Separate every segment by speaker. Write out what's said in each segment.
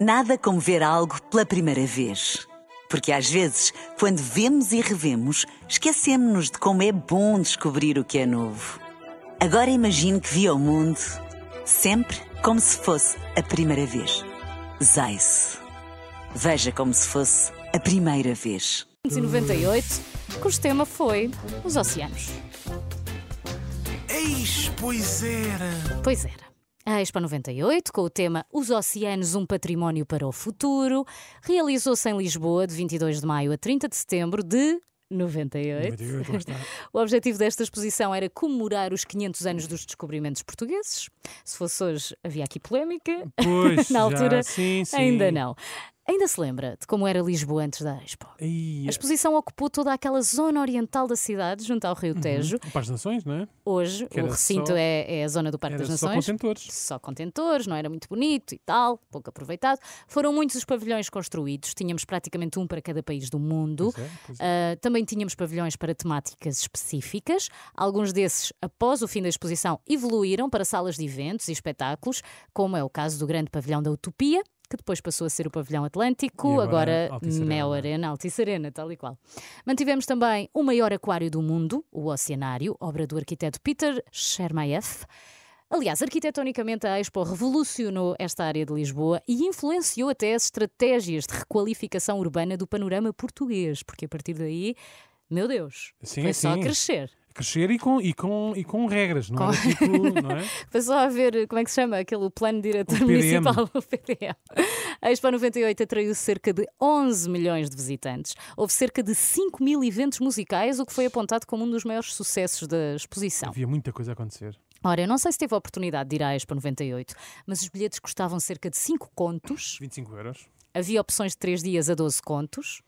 Speaker 1: Nada como ver algo pela primeira vez. Porque às vezes, quando vemos e revemos, esquecemos-nos de como é bom descobrir o que é novo. Agora imagine que viu o mundo sempre como se fosse a primeira vez. Zais. Veja como se fosse a primeira vez.
Speaker 2: 1998, cujo tema foi os oceanos.
Speaker 3: Eis, pois era.
Speaker 2: Pois era. A Expo 98, com o tema Os Oceanos, um Património para o Futuro, realizou-se em Lisboa de 22 de maio a 30 de setembro de 98. O objetivo desta exposição era comemorar os 500 anos dos descobrimentos portugueses. Se fosse hoje, havia aqui polémica.
Speaker 3: Pois,
Speaker 2: Na altura,
Speaker 3: já, sim, sim.
Speaker 2: Ainda não. Ainda se lembra de como era Lisboa antes da Expo?
Speaker 3: Ei,
Speaker 2: A exposição ocupou toda aquela zona oriental da cidade, junto ao
Speaker 3: Uhum.
Speaker 2: Rio Tejo.
Speaker 3: para as nações, não é?
Speaker 2: Hoje,
Speaker 3: Que
Speaker 2: o
Speaker 3: era
Speaker 2: recinto
Speaker 3: só-
Speaker 2: é, é a zona do Parque
Speaker 3: Era
Speaker 2: das
Speaker 3: só
Speaker 2: Nações.
Speaker 3: contentores.
Speaker 2: Só contentores, não era muito bonito e tal, pouco aproveitado. Foram muitos os pavilhões construídos, tínhamos praticamente um para cada país do mundo.
Speaker 3: Pois é, pois
Speaker 2: Ah, também tínhamos pavilhões para temáticas específicas. Alguns desses, após o fim da exposição, evoluíram para salas de eventos e espetáculos, como é o caso do grande pavilhão da Utopia, que depois passou a ser o pavilhão Atlântico,
Speaker 3: E agora
Speaker 2: agora,
Speaker 3: Altice Arena.
Speaker 2: Mel Arena, Altice Arena, tal e qual. Mantivemos também o maior aquário do mundo, o Oceanário, obra do arquiteto Peter Shermaeff. Aliás, arquitetonicamente a Expo revolucionou esta área de Lisboa e influenciou até as estratégias de requalificação urbana do panorama português, porque a partir daí, meu Deus,
Speaker 3: Sim,
Speaker 2: foi só
Speaker 3: sim.
Speaker 2: crescer.
Speaker 3: Crescer e com, e com, e com regras, não
Speaker 2: Com-
Speaker 3: era tipo, não é?
Speaker 2: Foi só a ver, como é que se chama, aquele plano diretor
Speaker 3: O PDM.
Speaker 2: municipal, o PDM. A Expo 98 atraiu cerca de 11 milhões de visitantes. Houve cerca de 5 mil eventos musicais, o que foi apontado como um dos maiores sucessos da exposição.
Speaker 3: Havia muita coisa a acontecer.
Speaker 2: Ora, eu não sei se teve a oportunidade de ir à Expo 98, mas os bilhetes custavam cerca de 5 contos.
Speaker 3: 25 euros.
Speaker 2: Havia opções de 3 dias a 12 contos,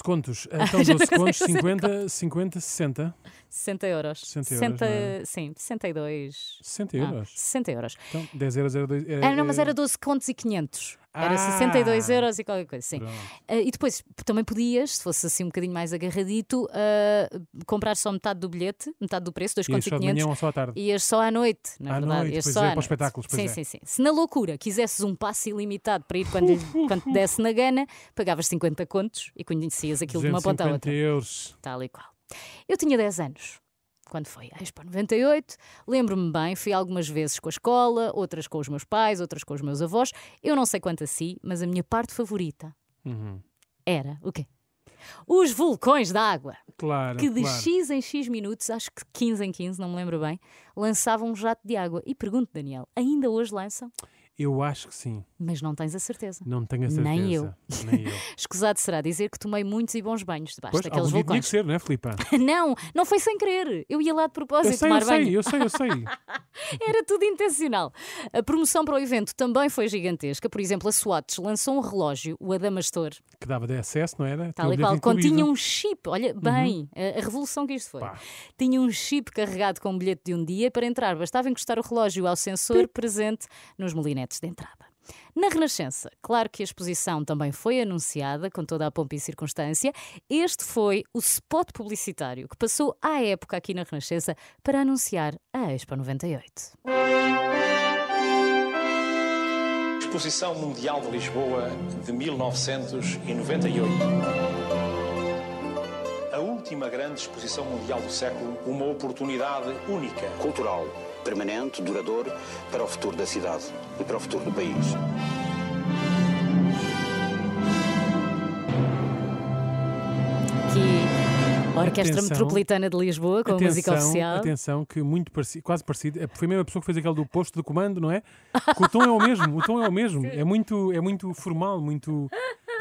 Speaker 3: contos. Então, 12
Speaker 2: consigo
Speaker 3: contos,
Speaker 2: fazer
Speaker 3: 50, 50, 60.
Speaker 2: 60 euros.
Speaker 3: 60 euros,
Speaker 2: 60
Speaker 3: não é?
Speaker 2: Sim, 62.
Speaker 3: 60
Speaker 2: Ah,
Speaker 3: euros.
Speaker 2: 60 euros.
Speaker 3: Então, 10 euros era. dois-
Speaker 2: Ah, não, mas era 12 contos e 500. Era
Speaker 3: Ah!
Speaker 2: 62 euros e qualquer coisa, sim.
Speaker 3: Pronto.
Speaker 2: Ah, e depois também podias, se fosse assim um bocadinho mais agarradito, ah, comprar só metade do bilhete, metade do preço, 2
Speaker 3: Ias
Speaker 2: contos e
Speaker 3: só de manhã
Speaker 2: 500.
Speaker 3: ou só à tarde.
Speaker 2: Ias só à noite, na
Speaker 3: À
Speaker 2: verdade.
Speaker 3: noite,
Speaker 2: ias
Speaker 3: pois
Speaker 2: só à
Speaker 3: é, para os
Speaker 2: noite.
Speaker 3: espetáculos, pois
Speaker 2: sim,
Speaker 3: é.
Speaker 2: sim, sim. Se na loucura quisesses um passe ilimitado para ir quando, lhe- quando te desse na gana, pagavas 50 contos e conhecias aquilo de uma ponta à
Speaker 3: 250
Speaker 2: outra.
Speaker 3: euros.
Speaker 2: Tal e qual. Eu tinha 10 anos. Quando foi? A Expo 98. Lembro-me bem, fui algumas vezes com a escola, outras com os meus pais, outras com os meus avós. Eu não sei quanto a si, mas a minha parte favorita
Speaker 3: Uhum.
Speaker 2: era o quê? Os vulcões d'água,
Speaker 3: Claro.
Speaker 2: que de
Speaker 3: É, claro.
Speaker 2: X em X minutos, acho que 15 em 15, não me lembro bem, lançavam um jato de água. E pergunto, Daniel, ainda hoje lançam?
Speaker 3: Eu acho que sim.
Speaker 2: Mas não tens a certeza.
Speaker 3: Não tenho a certeza.
Speaker 2: Nem eu.
Speaker 3: Nem eu.
Speaker 2: Escusado será dizer que tomei muitos e bons banhos debaixo
Speaker 3: Pois,
Speaker 2: daqueles
Speaker 3: algum dia tinha que
Speaker 2: vulcões.
Speaker 3: ser, não é, Filipa?
Speaker 2: Não, não foi sem querer. Eu ia lá de
Speaker 3: Eu
Speaker 2: propósito
Speaker 3: sei,
Speaker 2: tomar
Speaker 3: eu
Speaker 2: banho.
Speaker 3: sei, eu sei, eu sei.
Speaker 2: Era tudo intencional. A promoção para o evento também foi gigantesca. Por exemplo, a Swatch lançou um relógio, o Adamastor,
Speaker 3: Que dava de acesso, não era?
Speaker 2: tal
Speaker 3: Tinha
Speaker 2: e
Speaker 3: o
Speaker 2: qual,
Speaker 3: bilhete incluído.
Speaker 2: continha um chip. Olha, bem, a, a revolução que isto foi.
Speaker 3: Uhum. Pá.
Speaker 2: Tinha um chip carregado com um bilhete de um dia e para entrar bastava encostar o relógio ao sensor presente nos molinetes de entrada. Na Renascença, claro que a exposição também foi anunciada com toda a pompa e circunstância. Este foi o spot publicitário que passou à época aqui na Renascença para anunciar a Expo 98.
Speaker 4: Exposição Mundial de Lisboa de 1998. A última grande exposição mundial do século, uma oportunidade única.
Speaker 5: cultural, permanente, duradouro para o futuro da cidade e para o futuro do país.
Speaker 2: aqui a Orquestra
Speaker 3: Atenção.
Speaker 2: Metropolitana de Lisboa com a música
Speaker 3: Atenção,
Speaker 2: oficial.
Speaker 3: Atenção, que muito parecido, quase parecido. é- Foi a mesma pessoa que fez aquele do posto de comando, não é? Que o tom é o mesmo, o tom é o mesmo. É muito, é muito formal, muito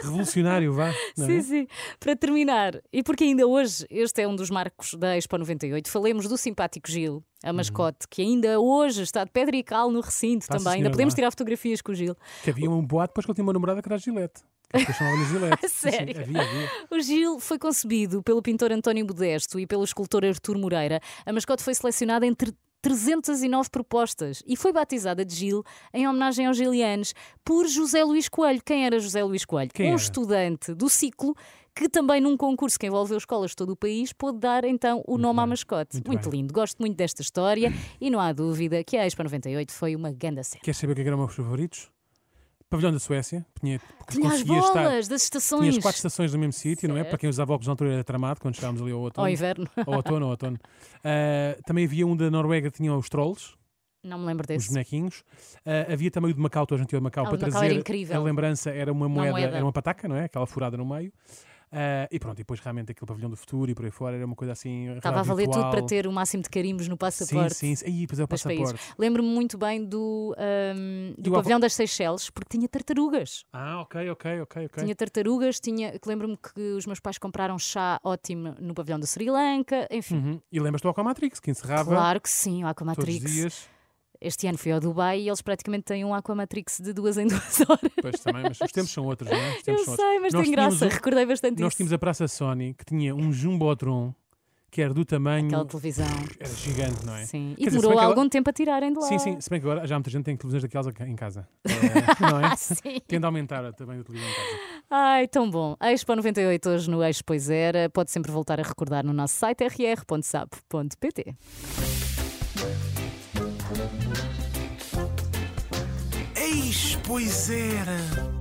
Speaker 3: revolucionário, vá. não é?
Speaker 2: Sim, sim. Para terminar, e porque ainda hoje este é um dos marcos da Expo 98, falemos do simpático Gil, a
Speaker 3: Uhum.
Speaker 2: mascote, que ainda hoje está de pedra e cal no recinto
Speaker 3: Está,
Speaker 2: também.
Speaker 3: senhora,
Speaker 2: Ainda podemos
Speaker 3: lá.
Speaker 2: tirar fotografias com o Gil.
Speaker 3: Que havia um boato depois que ele tinha uma namorada que era a Gillette. Que eu chamava-lhe Gillette. Sim, sim,
Speaker 2: Sério?
Speaker 3: havia, havia.
Speaker 2: O Gil foi concebido pelo pintor António Modesto e pelo escultor Artur Moreira. A mascote foi selecionada entre 309 propostas e foi batizada de Gil em homenagem aos gilianos por José Luís Coelho. Quem era José Luís Coelho?
Speaker 3: Quem
Speaker 2: um
Speaker 3: era?
Speaker 2: estudante do ciclo que também num concurso que envolveu escolas de todo o país pôde dar então o nome à mascote. Muito,
Speaker 3: Muito bem.
Speaker 2: lindo, gosto muito desta história e não há dúvida que a Expo 98 foi uma grande cena.
Speaker 3: é Queres saber quem eram os meus favoritos? Pavilhão da Suécia, tinha, porque
Speaker 2: Tinha as
Speaker 3: conseguia estar.
Speaker 2: bolas das
Speaker 3: Tinha
Speaker 2: estações.
Speaker 3: as quatro estações no mesmo sítio, não é? Para quem usava óculos na altura era tramado, quando chegámos ali ao outono.
Speaker 2: Ao inverno.
Speaker 3: Ao outono, ao outono. Ah, também havia um da Noruega que tinha os trolls,
Speaker 2: Não me lembro
Speaker 3: os
Speaker 2: desse.
Speaker 3: bonequinhos. Ah, havia também o de Macau, toda a gente ia de Macau,
Speaker 2: Ah, o
Speaker 3: para
Speaker 2: de Macau
Speaker 3: trazer.
Speaker 2: era incrível.
Speaker 3: A lembrança era uma moeda,
Speaker 2: moeda.
Speaker 3: era uma pataca, não é? Aquela furada no meio. Ah, e pronto, e depois realmente aquele pavilhão do futuro e por aí fora era uma coisa assim.
Speaker 2: Estava a valer tudo para
Speaker 3: virtual.
Speaker 2: ter o máximo de carimbos no
Speaker 3: Sim,
Speaker 2: passaporte.
Speaker 3: sim, sim. Aí, pois é, o
Speaker 2: dos
Speaker 3: passaporte.
Speaker 2: países. Lembro-me muito bem do, ahm, do
Speaker 3: Do
Speaker 2: pavilhão das Seychelles, porque tinha tartarugas.
Speaker 3: Ah, ok, ok, ok, ok.
Speaker 2: Tinha tartarugas, tinha. que Lembro-me que os meus pais compraram chá ótimo no pavilhão do Sri Lanka, enfim.
Speaker 3: Uhum. E lembras-te do Aquamatrix, que encerrava
Speaker 2: Claro que sim, o
Speaker 3: todos os
Speaker 2: Aquamatrix.
Speaker 3: dias.
Speaker 2: Este ano fui ao Dubai e eles praticamente têm um Aquamatrix de duas em duas horas.
Speaker 3: Pois também, mas os tempos são outros, não é? Os
Speaker 2: Eu
Speaker 3: tempos são outros.
Speaker 2: sei, mas
Speaker 3: Nós
Speaker 2: tem
Speaker 3: tínhamos
Speaker 2: graça,
Speaker 3: um-
Speaker 2: recordei bastante
Speaker 3: Nós
Speaker 2: isso.
Speaker 3: tínhamos a Praça Sony, que tinha um jumbotron, que era do tamanho...
Speaker 2: Aquela televisão.
Speaker 3: Era gigante, não é?
Speaker 2: Sim.
Speaker 3: Quer
Speaker 2: E
Speaker 3: dizer, se
Speaker 2: demorou
Speaker 3: bem que ela-
Speaker 2: algum tempo a tirarem de lá.
Speaker 3: Sim, sim. Se bem que agora já há muita gente que tem televisões daquelas aqui- em casa. Eh, não é?
Speaker 2: Sim.
Speaker 3: Tende a aumentar também a televisão em casa.
Speaker 2: Ai, tão bom. Expo 98 hoje no Eixo Pois Era. Pode sempre voltar a recordar no nosso site rr.sap.pt.
Speaker 6: Eis, pois era.